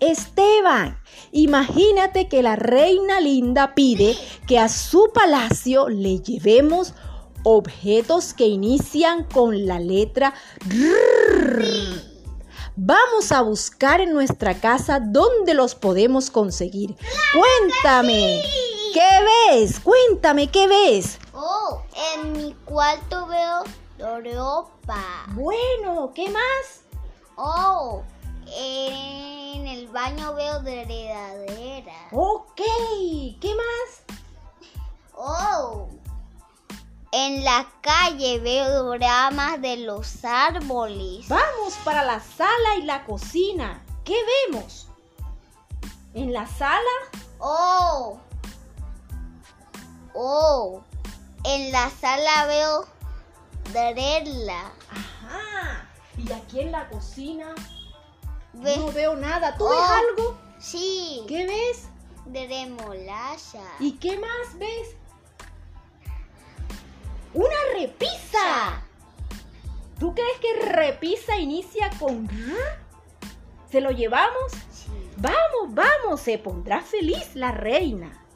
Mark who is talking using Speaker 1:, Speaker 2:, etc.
Speaker 1: Esteban. Imagínate que la reina linda pide que a su palacio le llevemos objetos que inician con la letra R. Vamos a buscar en nuestra casa dónde los podemos conseguir. Cuéntame, ¿qué ves? Cuéntame, ¿qué ves?
Speaker 2: Oh, en mi cuarto veo ropa.
Speaker 1: Bueno, ¿qué más?
Speaker 2: Oh, en el baño veo heredadera.
Speaker 1: Ok, ¿qué más?
Speaker 2: Oh, en la calle veo ramas de los árboles.
Speaker 1: Vamos para la sala y la cocina. ¿Qué vemos? En la sala,
Speaker 2: Oh, oh, en la sala veo Drella.
Speaker 1: ajá. Y aquí en la cocina
Speaker 2: Ve-
Speaker 1: no veo nada. ¿Tú
Speaker 2: Oh.
Speaker 1: ves algo?
Speaker 2: Sí,
Speaker 1: ¿Qué ves?
Speaker 2: Dremolaya.
Speaker 1: ¿Y qué más ves? Una repisa. ¿Tú crees que repisa inicia con r? ¿Se lo llevamos?
Speaker 2: Sí.
Speaker 1: Vamos, vamos, se pondrá feliz la reina.